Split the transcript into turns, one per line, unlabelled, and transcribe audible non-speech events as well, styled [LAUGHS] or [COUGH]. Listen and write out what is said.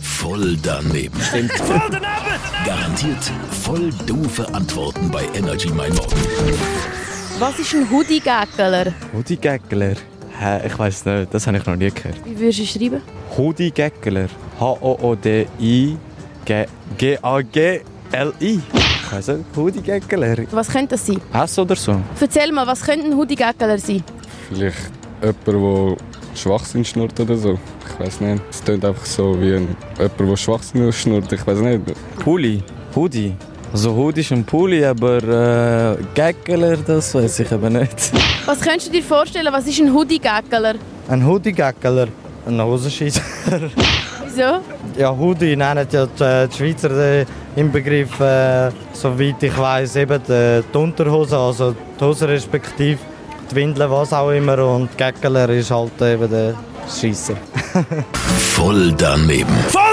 voll daneben.
Voll
[LAUGHS]
daneben!
Garantiert voll doofe Antworten bei Energy Mein Morgen.
Was ist ein Hoodie-Gäckler?
Hoodie-Gäckler? Hä, ich weiß nicht, das habe ich noch nie gehört.
Wie würdest du es schreiben?
Hoodie-Gäckler. H-O-O-D-I-G-A-G-L-I. Ich weiss nicht, Hoodie-Gäckler.
Was könnte das sein?
Hass oder so?
Erzähl mal, was könnte ein Hoodie-Gäckler sein?
Vielleicht jemand, der Schwachsinn schnurrt oder so. Ich weiß nicht. Es klingt einfach so wie ein, jemand, der Schwachsinn schnurrt. Ich weiß nicht.
Pulli. Hoodie. Also Hoodie ist ein Pulli, aber äh, Gäckler, das weiß ich eben nicht.
Was könntest du dir vorstellen, was ist ein Hoodie-Gäckler?
Ein Hoodie-Gäckeler. Ein Hosenscheisser.
Wieso?
[LAUGHS] ja, Hoodie nennen ja die, äh, die Schweizer äh, im Begriff, äh, soweit ich weiß, eben die, die Unterhose, also die Hose respektive die Windeln, was auch immer. Und Gäckeler ist halt eben der Scheisser.
Voll daneben.
Voll